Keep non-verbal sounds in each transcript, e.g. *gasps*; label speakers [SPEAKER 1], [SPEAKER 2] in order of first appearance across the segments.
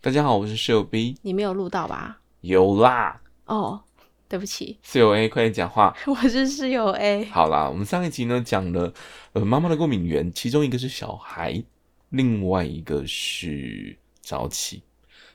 [SPEAKER 1] 大家好，我是室友 B，
[SPEAKER 2] 你没有录到吧？
[SPEAKER 1] 有啦，
[SPEAKER 2] 哦，对不起， *laughs*
[SPEAKER 1] 室友 A，快点讲话。
[SPEAKER 2] 我是室友 A。
[SPEAKER 1] 好啦，我们上一集呢讲了，呃，妈妈的过敏源，其中一个是小孩，另外一个是早起。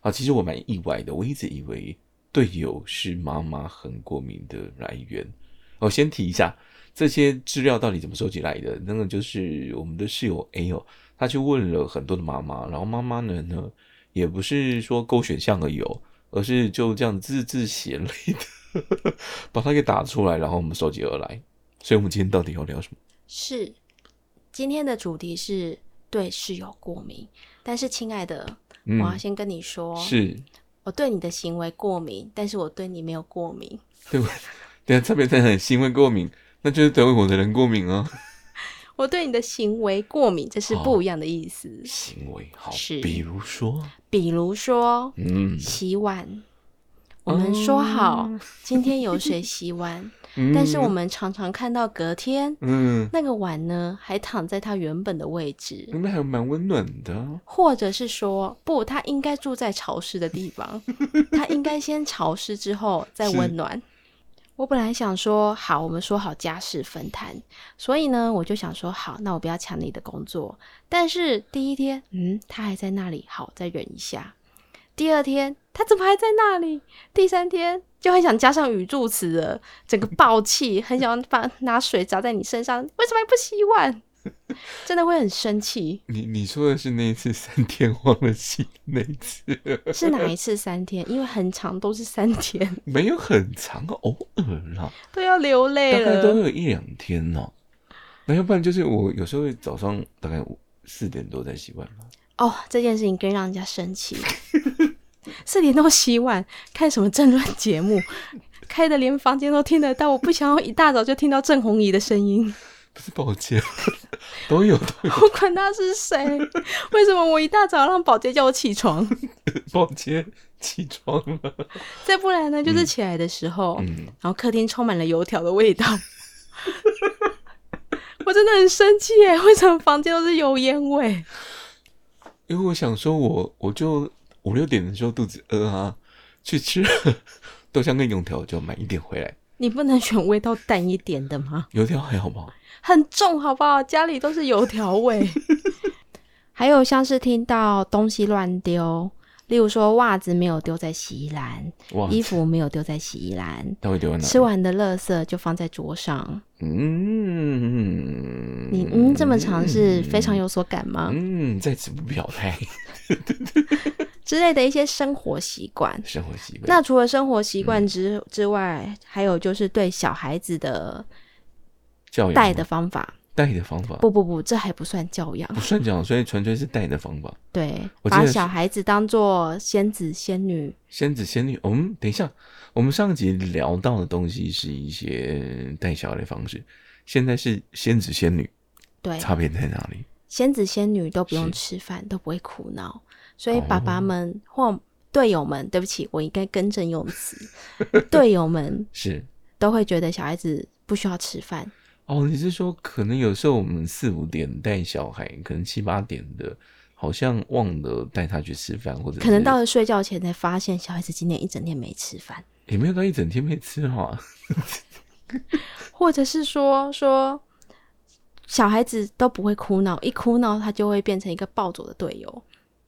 [SPEAKER 1] 啊，其实我蛮意外的，我一直以为队友是妈妈很过敏的来源。我、先提一下，这些资料到底怎么收集来的？那个就是我们的室友 A 哦，他去问了很多的妈妈，然后妈妈呢呢，也不是说勾选项而已哦，而是就这样字字血泪的 *laughs* 把它给打出来，然后我们收集而来。所以，我们今天到底要聊什么？
[SPEAKER 2] 是，今天的主题是对室友过敏，但是亲爱的，我要
[SPEAKER 1] 嗯，
[SPEAKER 2] 先跟你说，
[SPEAKER 1] 是
[SPEAKER 2] 我对你的行为过敏，但是我对你没有过敏。
[SPEAKER 1] 对我，对啊，差别真的很兴奋过敏，那就是对我的人过敏啊。
[SPEAKER 2] 我对你的行为过敏，这是不一样的意思。
[SPEAKER 1] 行为好，
[SPEAKER 2] 是
[SPEAKER 1] 比如说，
[SPEAKER 2] 比如说
[SPEAKER 1] 嗯
[SPEAKER 2] 洗碗，我们说好、今天有谁洗碗，
[SPEAKER 1] *laughs* 嗯
[SPEAKER 2] 但是我们常常看到隔天
[SPEAKER 1] 嗯，
[SPEAKER 2] 那个碗呢，还躺在它原本的位置。
[SPEAKER 1] 那还蛮温暖的啊。
[SPEAKER 2] 或者是说，不，它应该住在潮湿的地方，它应该先潮湿之后再
[SPEAKER 1] 是
[SPEAKER 2] 温暖。我本来想说，好，我们说好家事分摊，所以呢，我就想说，好，那我不要抢你的工作。但是第一天，嗯，他还在那里，好，再忍一下。第二天，他怎么还在那里？第三天就很想加上语助词了，整个爆气，很想把拿水砸在你身上，为什么还不洗碗？ *laughs* 真的会很生气。
[SPEAKER 1] 你你说的是那一次三天忘了洗那一次，
[SPEAKER 2] *laughs* 是哪一次三天？因为很长都是三天，
[SPEAKER 1] 没有很长，偶尔啦，
[SPEAKER 2] *laughs* 都要流
[SPEAKER 1] 大
[SPEAKER 2] 泪
[SPEAKER 1] 概都会有
[SPEAKER 2] 了。
[SPEAKER 1] 一两天哦。那要不然就是我有时候会早上大概五四点多才洗碗 *laughs* 嘛，
[SPEAKER 2] 哦，这件事情更让人家生 *laughs* 气。四点多洗碗，看什么政论节目，开的连房间都听得到。我不想要一大早就听到郑红怡的声 *laughs* 音，
[SPEAKER 1] 不是抱歉， *laughs* 都有都有
[SPEAKER 2] 我管他是谁，为什么我一大早让保洁叫我起床？
[SPEAKER 1] 抱歉，起床了。
[SPEAKER 2] 再不然呢，就是起来的时候，
[SPEAKER 1] 嗯，
[SPEAKER 2] 然后客厅充满了油条的味道。 *laughs* 我真的很生气耶！为什么房间都是油烟味？
[SPEAKER 1] 因为我想说我我就五六点的时候肚子饿啊，去吃 *laughs* 豆香跟油条，就买一点回来。
[SPEAKER 2] 你不能选味道淡一点的吗？ *laughs*
[SPEAKER 1] 油条还好吗？
[SPEAKER 2] 很重，好不好？家里都是油条味。 *laughs* 还有像是听到东西乱丢，例如说袜子没有丢在洗衣篮，
[SPEAKER 1] 哇，嗯
[SPEAKER 2] 衣服没有丢在洗衣篮，
[SPEAKER 1] 它会丢在哪？
[SPEAKER 2] 吃完的垃圾就放在桌上。
[SPEAKER 1] 嗯，
[SPEAKER 2] 你嗯，这么尝试非常有所感吗？
[SPEAKER 1] 嗯，在此不表态， *laughs*
[SPEAKER 2] 之类的一些生活习惯。
[SPEAKER 1] 生活习惯。
[SPEAKER 2] 那除了生活习
[SPEAKER 1] 嗯
[SPEAKER 2] 惯之、之外，还有就是对小孩子的
[SPEAKER 1] 教养
[SPEAKER 2] 带的方法。
[SPEAKER 1] 带的方法
[SPEAKER 2] 不不不，这还不算教养
[SPEAKER 1] 不。算讲，所以纯粹是带的方法。
[SPEAKER 2] 对，
[SPEAKER 1] 我记得
[SPEAKER 2] 把
[SPEAKER 1] 是
[SPEAKER 2] 小孩子当做仙子仙女，
[SPEAKER 1] 仙子仙女，我、们等一下，我们上集聊到的东西是一些带小孩的方式，现在是仙子仙女，
[SPEAKER 2] 对，
[SPEAKER 1] 差别在哪里？
[SPEAKER 2] 仙子仙女都不用
[SPEAKER 1] 是哦
[SPEAKER 2] 吃饭，都不会苦恼，所以爸爸们或队友们，对不起，我应该更正用词， *laughs* 队友们
[SPEAKER 1] 是
[SPEAKER 2] 都会觉得小孩子不需要吃饭，
[SPEAKER 1] 哦，你是说可能有时候我们四五点带小孩，可能七八点的，好像忘了带他去吃饭，或者
[SPEAKER 2] 可能
[SPEAKER 1] 是
[SPEAKER 2] 到了睡觉前才发现小孩子今天一整天没吃饭，
[SPEAKER 1] 也没有到一整天没吃哈、
[SPEAKER 2] 或者是说说小孩子都不会哭闹，一哭闹他就会变成一个暴走的队友，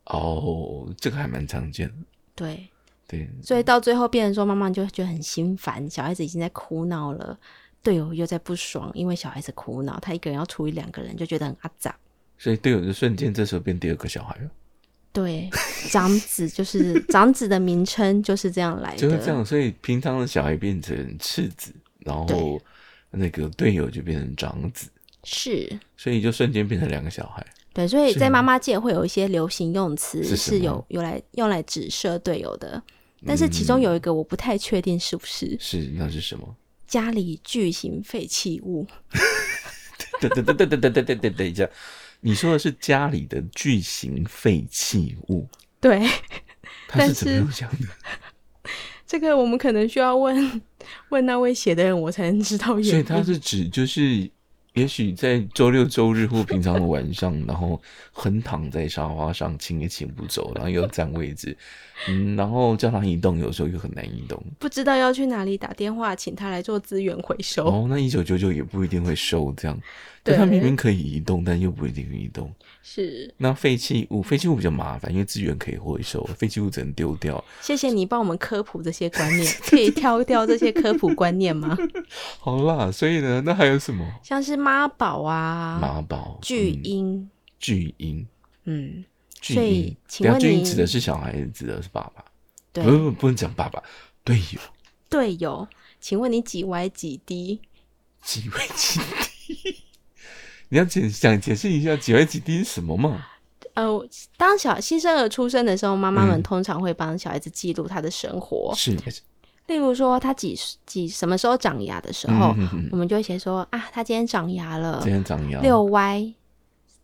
[SPEAKER 1] 哦，这个还蛮常见的，
[SPEAKER 2] 对。
[SPEAKER 1] 对，
[SPEAKER 2] 所以到最后，变成说妈妈就会觉得很心烦，小孩子已经在哭闹了，队友又在不爽，因为小孩子哭闹，他一个人要处理两个人，就觉得很阿杂。
[SPEAKER 1] 所以队友就瞬间这时候变第二个小孩了，
[SPEAKER 2] 对，长子就是长子的名称就是这样来的，
[SPEAKER 1] 就是这样，所以平常的小孩变成次子，然后
[SPEAKER 2] 对
[SPEAKER 1] 那个队友就变成长子，
[SPEAKER 2] 是。
[SPEAKER 1] 所以就瞬间变成两个小孩。
[SPEAKER 2] 对，所以
[SPEAKER 1] 是
[SPEAKER 2] 在
[SPEAKER 1] 吗
[SPEAKER 2] 妈妈界会有一些流行用词
[SPEAKER 1] 是什么嗯
[SPEAKER 2] 是有用来用来指涉队友的，但是其中有一个我不太确定是不是
[SPEAKER 1] 是那是什么？
[SPEAKER 2] 家里巨型废弃物，
[SPEAKER 1] 等等等等等等等等等一下，你说的是家里的巨型废弃物，
[SPEAKER 2] 对，
[SPEAKER 1] 它是
[SPEAKER 2] 但
[SPEAKER 1] 怎么
[SPEAKER 2] 是
[SPEAKER 1] 样想的？
[SPEAKER 2] 这个我们可能需要问问那位写的人，我才能知道原
[SPEAKER 1] 所以
[SPEAKER 2] 因。
[SPEAKER 1] 它是指就是也许在周六周日或平常的晚上，然后横躺在沙发上，请也请不走，然后又占位置，嗯，然后叫他移动，有时候又很难移动。
[SPEAKER 2] 不知道要去哪里打电话，请他来做资源回收。
[SPEAKER 1] 哦，那一九九九也不一定会收这样，就
[SPEAKER 2] 对
[SPEAKER 1] 它明明可以移动，但又不一定移动。
[SPEAKER 2] 是，
[SPEAKER 1] 那废弃物，废弃物比较麻烦，因为资源可以回收，废弃物只能丢掉。
[SPEAKER 2] 谢谢你帮我们科普这些观
[SPEAKER 1] *laughs*
[SPEAKER 2] 念，可以挑掉这些科普观念吗？
[SPEAKER 1] 好啦，所以呢，那还有什么？
[SPEAKER 2] 像是妈宝啊、
[SPEAKER 1] 妈宝、
[SPEAKER 2] 巨
[SPEAKER 1] 嗯、
[SPEAKER 2] 婴，
[SPEAKER 1] 巨婴、
[SPEAKER 2] 嗯，
[SPEAKER 1] 巨
[SPEAKER 2] 所以
[SPEAKER 1] 婴。
[SPEAKER 2] 请
[SPEAKER 1] 等下
[SPEAKER 2] 问
[SPEAKER 1] 巨婴
[SPEAKER 2] 你
[SPEAKER 1] 指的是小孩，指的是爸爸。
[SPEAKER 2] 对
[SPEAKER 1] 不，不，不能讲爸爸，队友。
[SPEAKER 2] 队友，请问你几 Y 几 D？
[SPEAKER 1] 几位几弟？你要解想解释一下几位几弟是什么嘛？
[SPEAKER 2] 呃，当小新生儿出生的时候，妈妈们
[SPEAKER 1] 嗯
[SPEAKER 2] 通常会帮小孩子记录他的生活，
[SPEAKER 1] 是，
[SPEAKER 2] 例如说他几几什么时候长牙的时
[SPEAKER 1] 嗯
[SPEAKER 2] 候，
[SPEAKER 1] 嗯嗯
[SPEAKER 2] 我们就会写说啊，他今天长牙了
[SPEAKER 1] 今，天长牙
[SPEAKER 2] 六 Y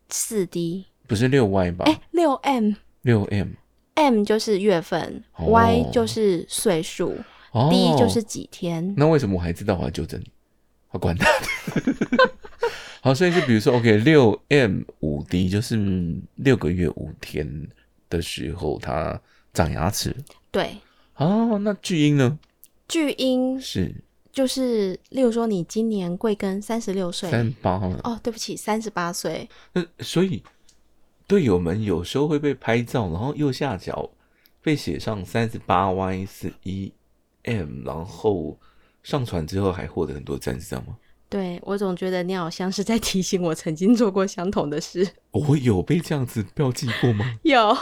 [SPEAKER 2] 四 D，
[SPEAKER 1] 不是六 Y 吧？
[SPEAKER 2] 哎，六 M。
[SPEAKER 1] 六哎 M
[SPEAKER 2] M 就是月份、
[SPEAKER 1] 哦
[SPEAKER 2] y 就是岁数、
[SPEAKER 1] 哦
[SPEAKER 2] d 哎就是几天。
[SPEAKER 1] 那为什么我还知道我要纠正你？我管他。好，所以就比如说，OK，六 M 五 D 就是六个月五天的时候，它长牙齿。
[SPEAKER 2] 对，
[SPEAKER 1] 哦，那巨婴呢？
[SPEAKER 2] 巨婴
[SPEAKER 1] 是
[SPEAKER 2] 就是，例如说你今年贵庚三十六岁，
[SPEAKER 1] 三八了。
[SPEAKER 2] 哦，对不起，三十八岁，
[SPEAKER 1] 那所以队友们有时候会被拍照，然后右下角被写上三十八 Y 四一 M，然后上传之后还获得很多赞，是这样吗？
[SPEAKER 2] 对我总觉得你好像是在提醒我曾经做过相同的事。
[SPEAKER 1] 哦我有被这样子标记过吗？
[SPEAKER 2] 有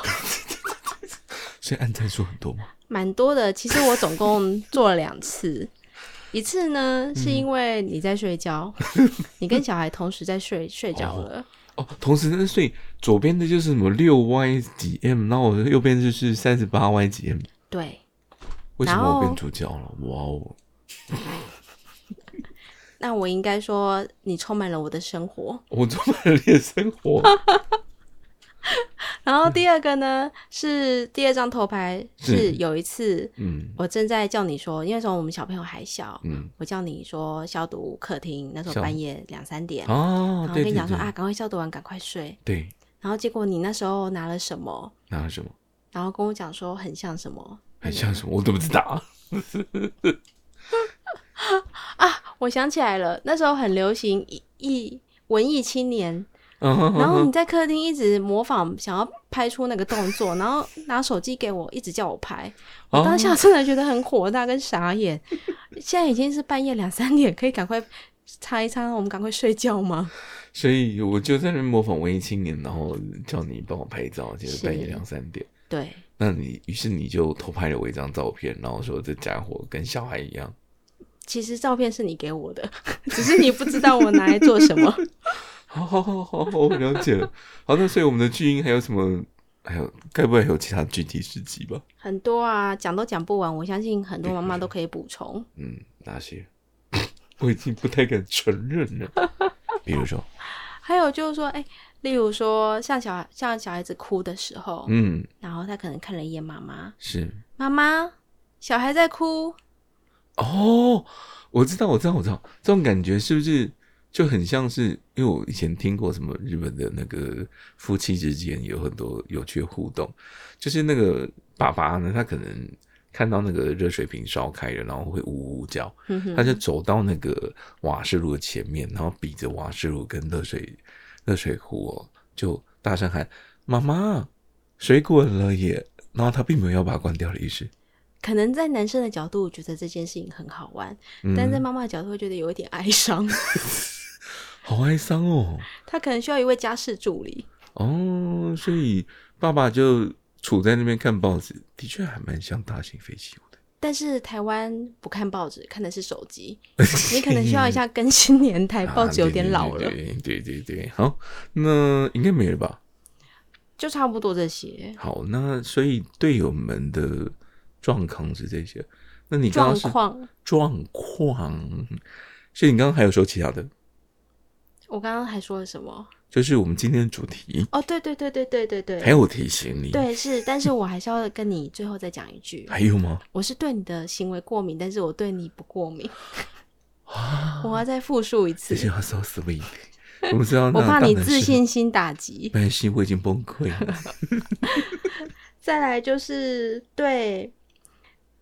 [SPEAKER 1] 所以按赞数很多吗？
[SPEAKER 2] 蛮多的，其实我总共做了两次。一次呢，
[SPEAKER 1] 嗯
[SPEAKER 2] 是因为你在
[SPEAKER 1] *laughs*
[SPEAKER 2] 睡觉，你跟小孩同时在睡睡着了。
[SPEAKER 1] 哦，同时呢，所以左边的就是什么六 Y 几 M，然后我的右边就是三十八 Y 几 M，
[SPEAKER 2] 对，
[SPEAKER 1] 为什
[SPEAKER 2] 然
[SPEAKER 1] 么
[SPEAKER 2] 后
[SPEAKER 1] 我变主角了？哇哦！
[SPEAKER 2] 那我应该说你充满了我的生活。
[SPEAKER 1] 我充满了你的生活，
[SPEAKER 2] 然后第二个呢，是第二张头牌
[SPEAKER 1] 嗯是
[SPEAKER 2] 是有一次
[SPEAKER 1] 嗯
[SPEAKER 2] 我正在叫你说，因为那时候我们小朋友还小，
[SPEAKER 1] 嗯，
[SPEAKER 2] 我叫你说消毒客厅，那时
[SPEAKER 1] 消
[SPEAKER 2] 候半夜两三点，
[SPEAKER 1] 哦，
[SPEAKER 2] 然后
[SPEAKER 1] 对
[SPEAKER 2] 跟
[SPEAKER 1] 对
[SPEAKER 2] 你讲说啊，
[SPEAKER 1] 对，
[SPEAKER 2] 赶快消毒完，赶快睡。
[SPEAKER 1] 对，
[SPEAKER 2] 然后结果你那时候拿了什么，
[SPEAKER 1] 拿了什么？
[SPEAKER 2] 然后跟我讲说很像什么
[SPEAKER 1] *laughs* 很像什么？我都不知道 *laughs* 啊。
[SPEAKER 2] 啊，我想起来了，那时候很流行一一文艺青年，然
[SPEAKER 1] 然
[SPEAKER 2] 后你在客厅一直模仿，想要拍出那个动作，然后拿手机给我，一直叫我拍。我当
[SPEAKER 1] 哦
[SPEAKER 2] 下真的觉得很火大跟傻眼。现在已经是半夜两三点，可以赶快擦一擦，让我们赶快睡觉吗？
[SPEAKER 1] 所以我就在那边模仿文艺青年，然后叫你帮我拍照，就是
[SPEAKER 2] 是
[SPEAKER 1] 半夜两三点。
[SPEAKER 2] 对
[SPEAKER 1] 那你于是你就偷拍了我一张照片，然后说这家伙跟小孩一样。 *laughs*
[SPEAKER 2] 其实照片是你给我的， *laughs* 只是你不知道我拿来做什
[SPEAKER 1] *laughs*
[SPEAKER 2] 么。
[SPEAKER 1] 好好好好好，我了解了。好，那所以我们的巨婴还有什么？还有，该不会还有其他具体事迹吧？
[SPEAKER 2] 很多啊，讲都讲不完，我相信很多妈妈都可以补充。
[SPEAKER 1] 嗯，哪些？ *laughs* 我已经不太敢承认了。 *laughs* 比如说，
[SPEAKER 2] 还有就是说，哎、例如说像小孩像小孩子哭的时候，
[SPEAKER 1] 嗯，
[SPEAKER 2] 然后他可能看了一眼妈妈，
[SPEAKER 1] 是
[SPEAKER 2] 妈妈，小孩在哭，
[SPEAKER 1] 哦，我知道，我知道，我知道，这种感觉是不是就很像是？因为我以前听过什么日本的那个夫妻之间有很多有趣的互动，就是那个爸爸呢，他可能看到那个热水瓶烧开了，然后会呜呜叫，
[SPEAKER 2] 哼哼
[SPEAKER 1] 他就走到那个瓦斯炉的前面，然后比着瓦斯炉跟热水热水壶哦，就大声喊：“妈妈，水滚了耶！”然后他并没有要把它关掉的意思，
[SPEAKER 2] 可能在男生的角度觉得这件事情很好玩，
[SPEAKER 1] 嗯
[SPEAKER 2] 但在妈妈的角度会觉得有一点哀伤。
[SPEAKER 1] 好哀伤哦。
[SPEAKER 2] 她可能需要一位家事助理。
[SPEAKER 1] 哦，所以爸爸就杵在那边看报纸，的确还蛮像大型废弃物的。
[SPEAKER 2] 但是台湾不看报纸，看的是手机， *laughs* 你可能需
[SPEAKER 1] *laughs*
[SPEAKER 2] 要一下更新年代，报纸有点老了，
[SPEAKER 1] 啊对对对对对，好，那应该没了吧？
[SPEAKER 2] 就差不多这些
[SPEAKER 1] 好，那所以队友们的状况是这些。那你刚刚
[SPEAKER 2] 状
[SPEAKER 1] 是
[SPEAKER 2] 况。
[SPEAKER 1] 状况，所以你刚刚还有说其他的，
[SPEAKER 2] 我刚刚还说了什么？
[SPEAKER 1] 就是我们今天的主题，
[SPEAKER 2] 哦，对对对对对对
[SPEAKER 1] 还
[SPEAKER 2] 对，
[SPEAKER 1] 有提醒你，哎
[SPEAKER 2] 对
[SPEAKER 1] *laughs*
[SPEAKER 2] 是，但是我还是要跟你最后再讲一句， *gasps*
[SPEAKER 1] 还有吗？
[SPEAKER 2] 我是对你的行为过敏，但是我对你不过敏。
[SPEAKER 1] 啊，
[SPEAKER 2] 我要再复述一次
[SPEAKER 1] 这，句话 so sweet。我不知道，
[SPEAKER 2] 我怕你自。信心
[SPEAKER 1] *laughs*
[SPEAKER 2] 打击。
[SPEAKER 1] 没关系，我已经崩溃了。
[SPEAKER 2] 再来就是对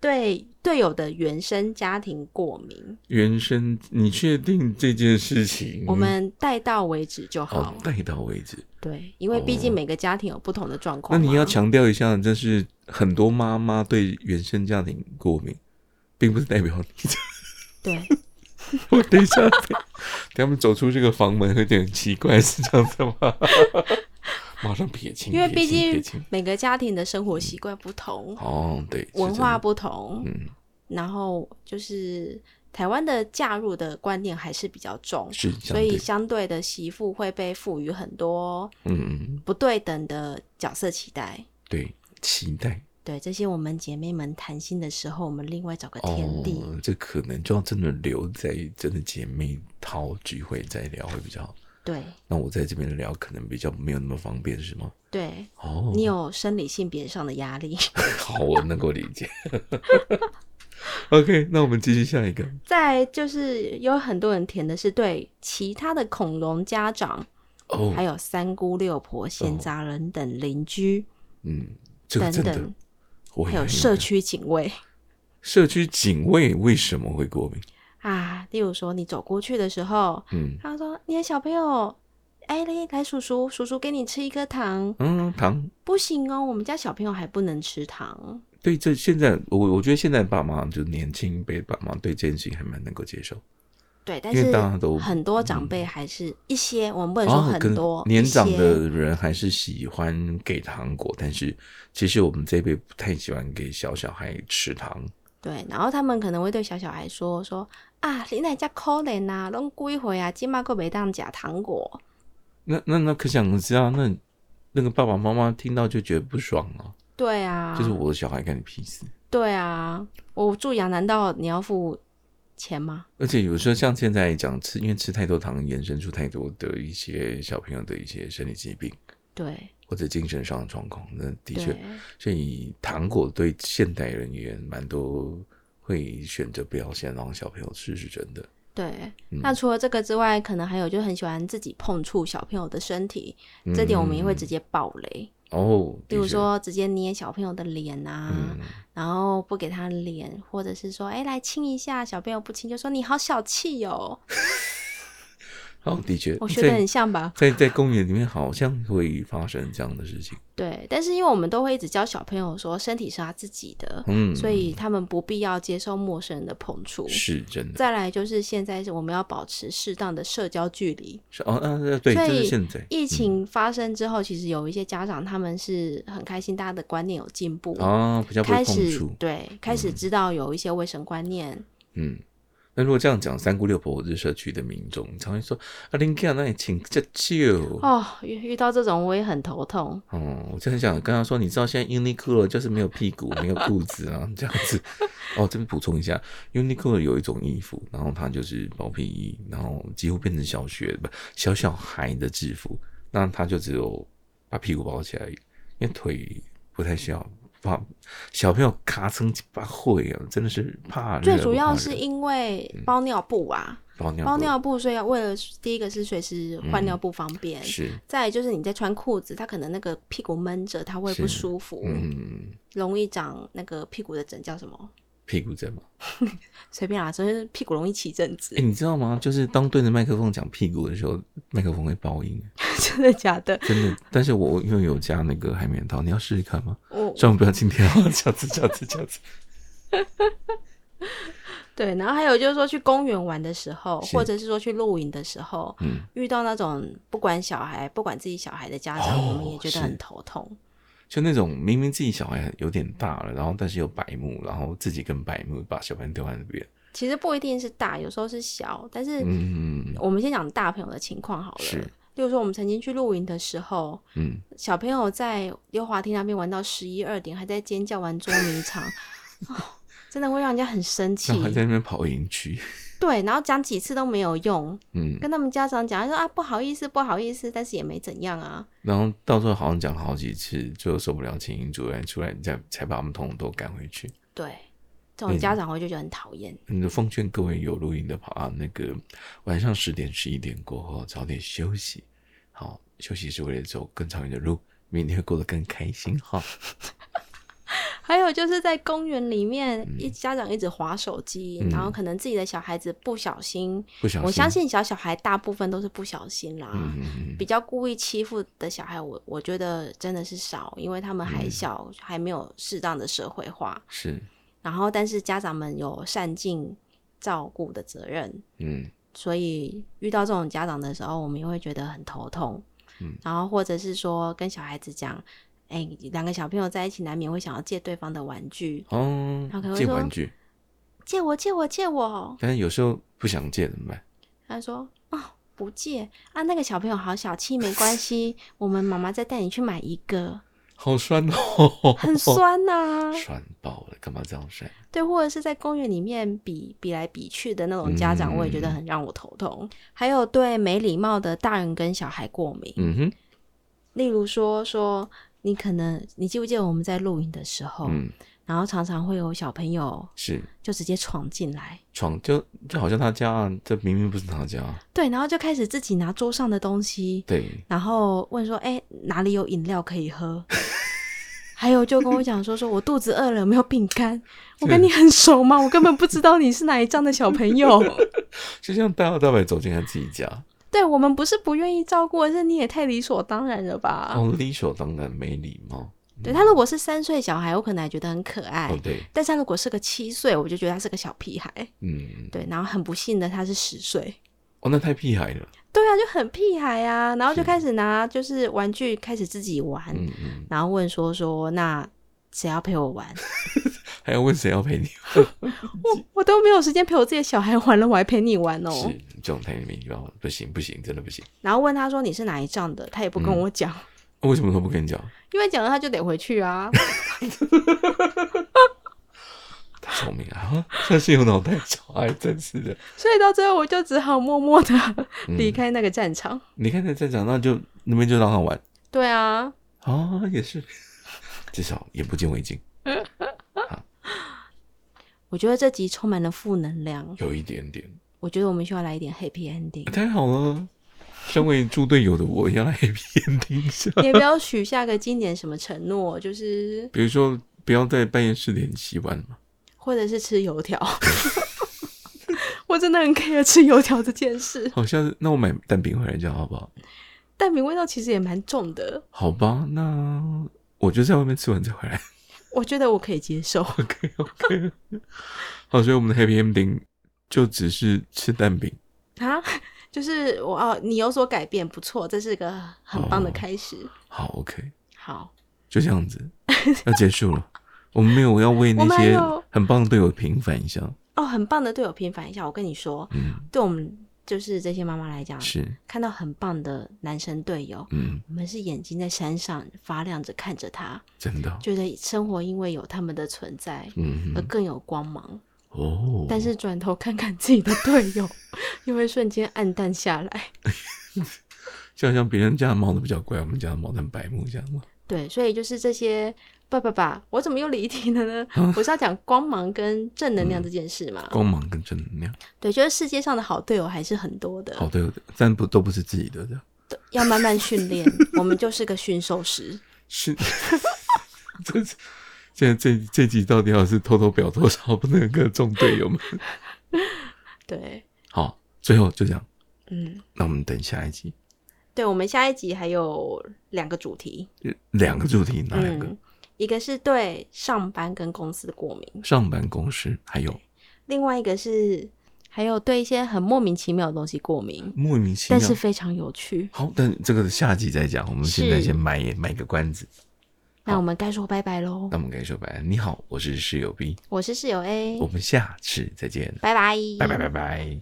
[SPEAKER 2] 对队友的原生家庭过敏，
[SPEAKER 1] 原生，你确定这件事情？
[SPEAKER 2] 我们带到为止就好。
[SPEAKER 1] 嗯哦，带到为止。
[SPEAKER 2] 对，因为毕竟每个家庭有不同的状
[SPEAKER 1] 那
[SPEAKER 2] 况嘛。
[SPEAKER 1] 你要强调一下，这是很多妈妈对原生家庭过敏，并不是代表你。 *laughs*
[SPEAKER 2] 对，
[SPEAKER 1] 我等一下， *laughs* 等他们走出这个房门有点奇怪，是这样子
[SPEAKER 2] *laughs*
[SPEAKER 1] 吗？马上撇清，
[SPEAKER 2] 因为
[SPEAKER 1] 撇
[SPEAKER 2] 毕
[SPEAKER 1] 清撇
[SPEAKER 2] 竟
[SPEAKER 1] 清嗯
[SPEAKER 2] 每个家庭的生活习惯不同，
[SPEAKER 1] 哦，对，是
[SPEAKER 2] 文
[SPEAKER 1] 真
[SPEAKER 2] 化
[SPEAKER 1] 的
[SPEAKER 2] 不同，
[SPEAKER 1] 嗯
[SPEAKER 2] 然后就是台湾的嫁入的观念还是比较重，
[SPEAKER 1] 是相
[SPEAKER 2] 所
[SPEAKER 1] 对
[SPEAKER 2] 以，相对的媳妇会被赋予很多
[SPEAKER 1] 嗯，
[SPEAKER 2] 不对等的角色期待。
[SPEAKER 1] 对，期待
[SPEAKER 2] 对，这些我们姐妹们谈心的时候，我们另外找个天地。
[SPEAKER 1] 哦，这可能就要真的留在真的姐妹淘聚会再聊会比较好。
[SPEAKER 2] 对
[SPEAKER 1] 那我在这边聊可能比较没有那么方便，是吗？
[SPEAKER 2] 对，
[SPEAKER 1] 哦，
[SPEAKER 2] 你有生理性别上的压力。
[SPEAKER 1] 好，我能够理解。OK，那我们继续下一个。
[SPEAKER 2] 再来就是有很多人填的是对其他的恐龙家长，
[SPEAKER 1] 哦
[SPEAKER 2] 还，有三姑六婆、闲杂人等邻居
[SPEAKER 1] 嗯，这个
[SPEAKER 2] 等
[SPEAKER 1] 真的
[SPEAKER 2] 等，，
[SPEAKER 1] 我
[SPEAKER 2] 还
[SPEAKER 1] 也
[SPEAKER 2] 有
[SPEAKER 1] 很
[SPEAKER 2] 社
[SPEAKER 1] 感
[SPEAKER 2] 区警卫
[SPEAKER 1] 社区警卫为什么会过敏？
[SPEAKER 2] 啊。例如说，你走过去的时候，
[SPEAKER 1] 嗯
[SPEAKER 2] 他说：“你的小朋友，哎、来来，叔叔，叔叔给你吃一颗糖。
[SPEAKER 1] 嗯，糖”
[SPEAKER 2] 不行哦，我们家小朋友还不能吃糖。
[SPEAKER 1] 对这现在我我觉得现在爸妈就年轻一辈爸妈对这件事情还蛮能够接受，
[SPEAKER 2] 对，但
[SPEAKER 1] 因为
[SPEAKER 2] 是
[SPEAKER 1] 大家都嗯哦
[SPEAKER 2] 很多长辈还是一些，我们不能说
[SPEAKER 1] 可
[SPEAKER 2] 很
[SPEAKER 1] 能
[SPEAKER 2] 多，
[SPEAKER 1] 年
[SPEAKER 2] 一
[SPEAKER 1] 长
[SPEAKER 2] 些
[SPEAKER 1] 的人还是喜欢给糖果，但是其实我们这一辈不太喜欢给小小孩吃糖。
[SPEAKER 2] 对，然后他们可能会对小小孩说说啊，你那家可怜啊，拢几回啊，今嘛个没当假糖果。
[SPEAKER 1] 那那那可想而知啊，那那个爸爸妈妈听到就觉得不爽啊，
[SPEAKER 2] 对啊，
[SPEAKER 1] 就是我的小孩干你屁事。
[SPEAKER 2] 对啊，我蛀牙难道你要付钱吗？
[SPEAKER 1] 而且有时候像现在讲吃，因为吃太多糖，衍生出太多的一些小朋友的一些生理疾病
[SPEAKER 2] 对
[SPEAKER 1] 或者精神上的状况。那的
[SPEAKER 2] 对
[SPEAKER 1] 确，所以糖果对现代人也蛮多会选择不要先让小朋友吃，是真的。
[SPEAKER 2] 对、
[SPEAKER 1] 嗯
[SPEAKER 2] 那除了这个之外，可能还有就很喜欢自己碰触小朋友的身体，这点我们也会直接爆雷，
[SPEAKER 1] 哦，
[SPEAKER 2] 比如
[SPEAKER 1] 嗯的确，
[SPEAKER 2] 说直接捏小朋友的脸啊。
[SPEAKER 1] 嗯，
[SPEAKER 2] 然后不给他脸，或者是说，哎，来亲一下，小朋友不亲，就说你好小气哦，
[SPEAKER 1] 哦，的确，
[SPEAKER 2] 我学的
[SPEAKER 1] 在
[SPEAKER 2] 很像吧？
[SPEAKER 1] 在在公园里面好像会发生这样的事情。
[SPEAKER 2] 对，但是因为我们都会一直教小朋友说，身体是他自己的，
[SPEAKER 1] 嗯，
[SPEAKER 2] 所以他们不必要接受陌生人的碰触。
[SPEAKER 1] 是真的，
[SPEAKER 2] 再来就是现在是我们要保持适当的社交距离。
[SPEAKER 1] 是哦，啊，啊对，
[SPEAKER 2] 所
[SPEAKER 1] 这
[SPEAKER 2] 以
[SPEAKER 1] 是现在
[SPEAKER 2] 疫情发生之后，其实有一些家长他们是很开心，大家的观念有进步，
[SPEAKER 1] 啊，比较不会
[SPEAKER 2] 开
[SPEAKER 1] 碰
[SPEAKER 2] 始
[SPEAKER 1] 触。
[SPEAKER 2] 对开始知道有一些卫生观念。
[SPEAKER 1] 嗯，那如果这样讲，三姑六婆或者社区的民众，常会说啊，林哥，那你请这酒。
[SPEAKER 2] 哦，遇遇到这种我也很头痛。
[SPEAKER 1] 哦，我就很想跟他说，你知道现在 Uniqlo 就是没有屁股，没有裤子啊，这样子。 *laughs* 哦，这边补充一下，Uniqlo 有一种衣服，然后它就是包屁衣，然后几乎变成小学不小小孩的制服，那它就只有把屁股包起来而已，因为腿不太需要，怕小朋友咔蹭几把会啊，真的是怕热。
[SPEAKER 2] 最主要
[SPEAKER 1] 怕
[SPEAKER 2] 是
[SPEAKER 1] 冷
[SPEAKER 2] 因为包尿布啊，
[SPEAKER 1] 包尿
[SPEAKER 2] 包
[SPEAKER 1] 布嗯
[SPEAKER 2] 尿布，所以要为了第一个是随时换尿布方便，
[SPEAKER 1] 是
[SPEAKER 2] 再来就是你在穿裤子，它可能那个屁股闷着，它会不
[SPEAKER 1] 是
[SPEAKER 2] 舒服，
[SPEAKER 1] 嗯，
[SPEAKER 2] 容易长那个屁股的疹，叫什么？
[SPEAKER 1] 屁股针嘛。
[SPEAKER 2] 随便啦，就是屁股容易起疹子
[SPEAKER 1] 哎、，你知道吗？就是当对着麦克风讲屁股的时候，麦克风会爆音，
[SPEAKER 2] *laughs*
[SPEAKER 1] 啊
[SPEAKER 2] 真的假的？
[SPEAKER 1] 真的。但是我因为有加那个海绵套，你要试试看吗？ *laughs*
[SPEAKER 2] 我
[SPEAKER 1] 虽然不要 *laughs* 今天啊，下次、下次、下次。
[SPEAKER 2] 对，然后还有就是说去公园玩的时候，
[SPEAKER 1] 是
[SPEAKER 2] 或者是说去露营的时候，
[SPEAKER 1] 嗯
[SPEAKER 2] 遇到那种不管小孩、不管自己小孩的家长，
[SPEAKER 1] 哦
[SPEAKER 2] 我们也觉
[SPEAKER 1] 是
[SPEAKER 2] 得很头痛。
[SPEAKER 1] 就那种明明自己小孩有点大了，然后但是又白目，然后自己跟白目把小朋友丢在那边。
[SPEAKER 2] 其实不一定是大，有时候是小，但是
[SPEAKER 1] 嗯嗯
[SPEAKER 2] 我们先讲大朋友的情况好
[SPEAKER 1] 是
[SPEAKER 2] 了。例如说，我们曾经去露营的时候，
[SPEAKER 1] 嗯，
[SPEAKER 2] 小朋友在溜滑梯那边玩到十一二点，还在尖叫玩捉迷
[SPEAKER 1] *laughs*
[SPEAKER 2] 藏，哦、真的会让人家很生气
[SPEAKER 1] 那。还在那边跑营区。
[SPEAKER 2] 对，然后讲几次都没有用，
[SPEAKER 1] 嗯，
[SPEAKER 2] 跟他们家长讲他说啊不好意思不好意思，但是也没怎样啊。
[SPEAKER 1] 然后到时候好像讲了好几次，最后受不了，请营主任出来，再才把他们统统都赶回去。
[SPEAKER 2] 对，这种家长会就觉得很讨厌。
[SPEAKER 1] 嗯，奉劝各位有录音的啊，那个晚上十点、十一点过后早点休息，好，休息是为了走更长远的路，明天会过得更开心哈。
[SPEAKER 2] 还有就是在公园里面，
[SPEAKER 1] 嗯
[SPEAKER 2] 一家长一直划手机，然后可能自己的小孩子不小心，
[SPEAKER 1] 不嗯小心，
[SPEAKER 2] 我相信小小孩大部分都是不小心啦。
[SPEAKER 1] 嗯，嗯嗯
[SPEAKER 2] 比较故意欺负的小孩，我我觉得真的是少，因为他
[SPEAKER 1] 嗯
[SPEAKER 2] 们还小，还没有适当的社会化。
[SPEAKER 1] 是，
[SPEAKER 2] 然后，但是家长们有善尽照顾的责任，
[SPEAKER 1] 嗯
[SPEAKER 2] 所以遇到这种家长的时候，我们也会觉得很头痛。
[SPEAKER 1] 嗯，
[SPEAKER 2] 然后或者是说跟小孩子讲，哎、两个小朋友在一起难免会想要借对方的玩具，
[SPEAKER 1] 哦
[SPEAKER 2] 他可能，会
[SPEAKER 1] 借
[SPEAKER 2] 说
[SPEAKER 1] 玩具，
[SPEAKER 2] 借我，借我，借我。
[SPEAKER 1] 但是有时候不想借怎么办？
[SPEAKER 2] 他说，哦，不借啊，那个小朋友好小气，没关系，我们妈妈再带你去买一个，
[SPEAKER 1] 好酸哦，*laughs*
[SPEAKER 2] 很，酸呐、
[SPEAKER 1] 酸爆了，干嘛这样酸？
[SPEAKER 2] 对，或者是在公园里面比比来比去的那种家长，我也觉得很让我头痛。还有对没礼貌的大人跟小孩过敏，
[SPEAKER 1] 嗯哼，
[SPEAKER 2] 例如说说你可能你记不记得我们在露营的时候，
[SPEAKER 1] 嗯，
[SPEAKER 2] 然后常常会有小朋友
[SPEAKER 1] 是
[SPEAKER 2] 就直接闯进来，
[SPEAKER 1] 闯就就好像他家啊，这明明不是他家啊，
[SPEAKER 2] 对，然后就开始自己拿桌上的东西，
[SPEAKER 1] 对，
[SPEAKER 2] 然后问说：“哎、哪里有饮料可以喝？” *laughs* 还有就跟我讲说：“说我肚子饿了，有没有饼干？我跟你很熟吗？我根本不知道你是哪一站的小朋友。
[SPEAKER 1] 就像大摇大摆走进他自己家，
[SPEAKER 2] 对我们不是不愿意照顾，而是你也太理所当然了吧？
[SPEAKER 1] 哦，理所当然没礼貌。
[SPEAKER 2] 对他如果是三岁小孩，我可能还觉得很可爱，
[SPEAKER 1] 哦，对，
[SPEAKER 2] 但是他如果是个七岁，我就觉得他是个小屁孩。
[SPEAKER 1] 嗯，
[SPEAKER 2] 对，然后很不幸的他是十岁。
[SPEAKER 1] 哦，那太屁孩了，
[SPEAKER 2] 对啊，就很屁孩啊，然后就开始拿就是玩具开始自己玩，
[SPEAKER 1] 嗯嗯，
[SPEAKER 2] 然后问说说那谁要陪我
[SPEAKER 1] *laughs*
[SPEAKER 2] 玩？
[SPEAKER 1] 还要问谁要陪你？
[SPEAKER 2] 我我都没有时间陪我自己的小孩玩了，我还陪你玩哦。
[SPEAKER 1] 是这种太没礼貌了，不行不行，真的不行。
[SPEAKER 2] 然后问他说你是哪一仗的，他也不跟我讲，
[SPEAKER 1] 为什么都不跟你讲？
[SPEAKER 2] 因为讲了他就得回去啊。
[SPEAKER 1] 太聪明了
[SPEAKER 2] *laughs*
[SPEAKER 1] 啊，算是有脑袋小孩，真是的。
[SPEAKER 2] 所以到最后我就只好默默的 *laughs*
[SPEAKER 1] 嗯
[SPEAKER 2] 离开那个战场。
[SPEAKER 1] 你看他在长大就那边就让他玩
[SPEAKER 2] 对啊，
[SPEAKER 1] 啊，也是，至少眼不见为净，
[SPEAKER 2] 我觉得这集充满了负能量，
[SPEAKER 1] 有一点点，
[SPEAKER 2] 我觉得我们需要来一点 happy
[SPEAKER 1] 啊
[SPEAKER 2] *laughs* ending。
[SPEAKER 1] 太好了。身为猪队友的我，要来 happy ending 一下。
[SPEAKER 2] 你也不要许下个经典什么承诺，就是
[SPEAKER 1] 比如说，不要在半夜四点洗碗嘛。
[SPEAKER 2] 或者是吃油条。 *laughs* 我真的很 care 吃油条这件事，
[SPEAKER 1] 好像那我买蛋饼回来这样好不好？
[SPEAKER 2] 蛋饼味道其实也蛮重的，
[SPEAKER 1] 好吧，那我就在外面吃完再回来。
[SPEAKER 2] 我觉得我可以接 *laughs* 受。
[SPEAKER 1] OK OK。好，所以我们的 Happy Ending 就只是吃蛋饼。
[SPEAKER 2] 啊，就是我哦，你有所改变，不错，这是个很棒的开始。
[SPEAKER 1] 好 OK，
[SPEAKER 2] 好，
[SPEAKER 1] 就这样
[SPEAKER 2] *laughs*
[SPEAKER 1] 子要结束了。我们没有要为
[SPEAKER 2] 我们
[SPEAKER 1] 那
[SPEAKER 2] 还
[SPEAKER 1] 些
[SPEAKER 2] 有
[SPEAKER 1] 很棒的队友平反一下。
[SPEAKER 2] 哦，很棒的队友平反一下。我跟你说，
[SPEAKER 1] 嗯，
[SPEAKER 2] 对我们就是这些妈妈来讲，
[SPEAKER 1] 是，
[SPEAKER 2] 看到很棒的男生队友，
[SPEAKER 1] 嗯，
[SPEAKER 2] 我们是眼睛在山上发亮着看着他，
[SPEAKER 1] 真的，
[SPEAKER 2] 觉得生活因为有他们的存在
[SPEAKER 1] 嗯
[SPEAKER 2] 而，更有光芒。
[SPEAKER 1] 哦，
[SPEAKER 2] 呃但是转头看看自己的队友， *laughs* 又会瞬间暗淡下来。
[SPEAKER 1] 就好像别人家的猫都比较乖，我们家的猫很白目这样嘛。
[SPEAKER 2] 对，所以就是这些。爸爸爸，我怎么又离题了呢？ *laughs* 我是要讲光芒跟正能量这件事嘛。
[SPEAKER 1] 光芒跟正能量，
[SPEAKER 2] 对，就是世界上的好队友还是很多的，
[SPEAKER 1] 好队友的，但不都不是自己的这样。
[SPEAKER 2] 要慢慢训练。我们就是个驯兽师，
[SPEAKER 1] 是，
[SPEAKER 2] *laughs*
[SPEAKER 1] 这是现在这这集到底要是偷偷表多少不能各中队友们？
[SPEAKER 2] 对，
[SPEAKER 1] 好，最后就这样，
[SPEAKER 2] 嗯，
[SPEAKER 1] 那我们等下一集，
[SPEAKER 2] 对。我们下一集还有两个主题，
[SPEAKER 1] 呃两个主题，哪两个？
[SPEAKER 2] 嗯，一个是对上班跟公司的过敏，
[SPEAKER 1] 上班公司还有
[SPEAKER 2] 另外一个是还有对一些很莫名其妙的东西过敏，
[SPEAKER 1] 莫名其
[SPEAKER 2] 但
[SPEAKER 1] 妙。
[SPEAKER 2] 是非常有趣。
[SPEAKER 1] 好，等这个下集再讲，我们现在
[SPEAKER 2] 是
[SPEAKER 1] 先卖卖个关子。
[SPEAKER 2] 那我们该说拜拜喽
[SPEAKER 1] 那。我们该说拜拜。你好，我是室友 B，哦
[SPEAKER 2] 我是室友 A，
[SPEAKER 1] 我们下次再见，
[SPEAKER 2] 拜拜，
[SPEAKER 1] 拜拜拜拜。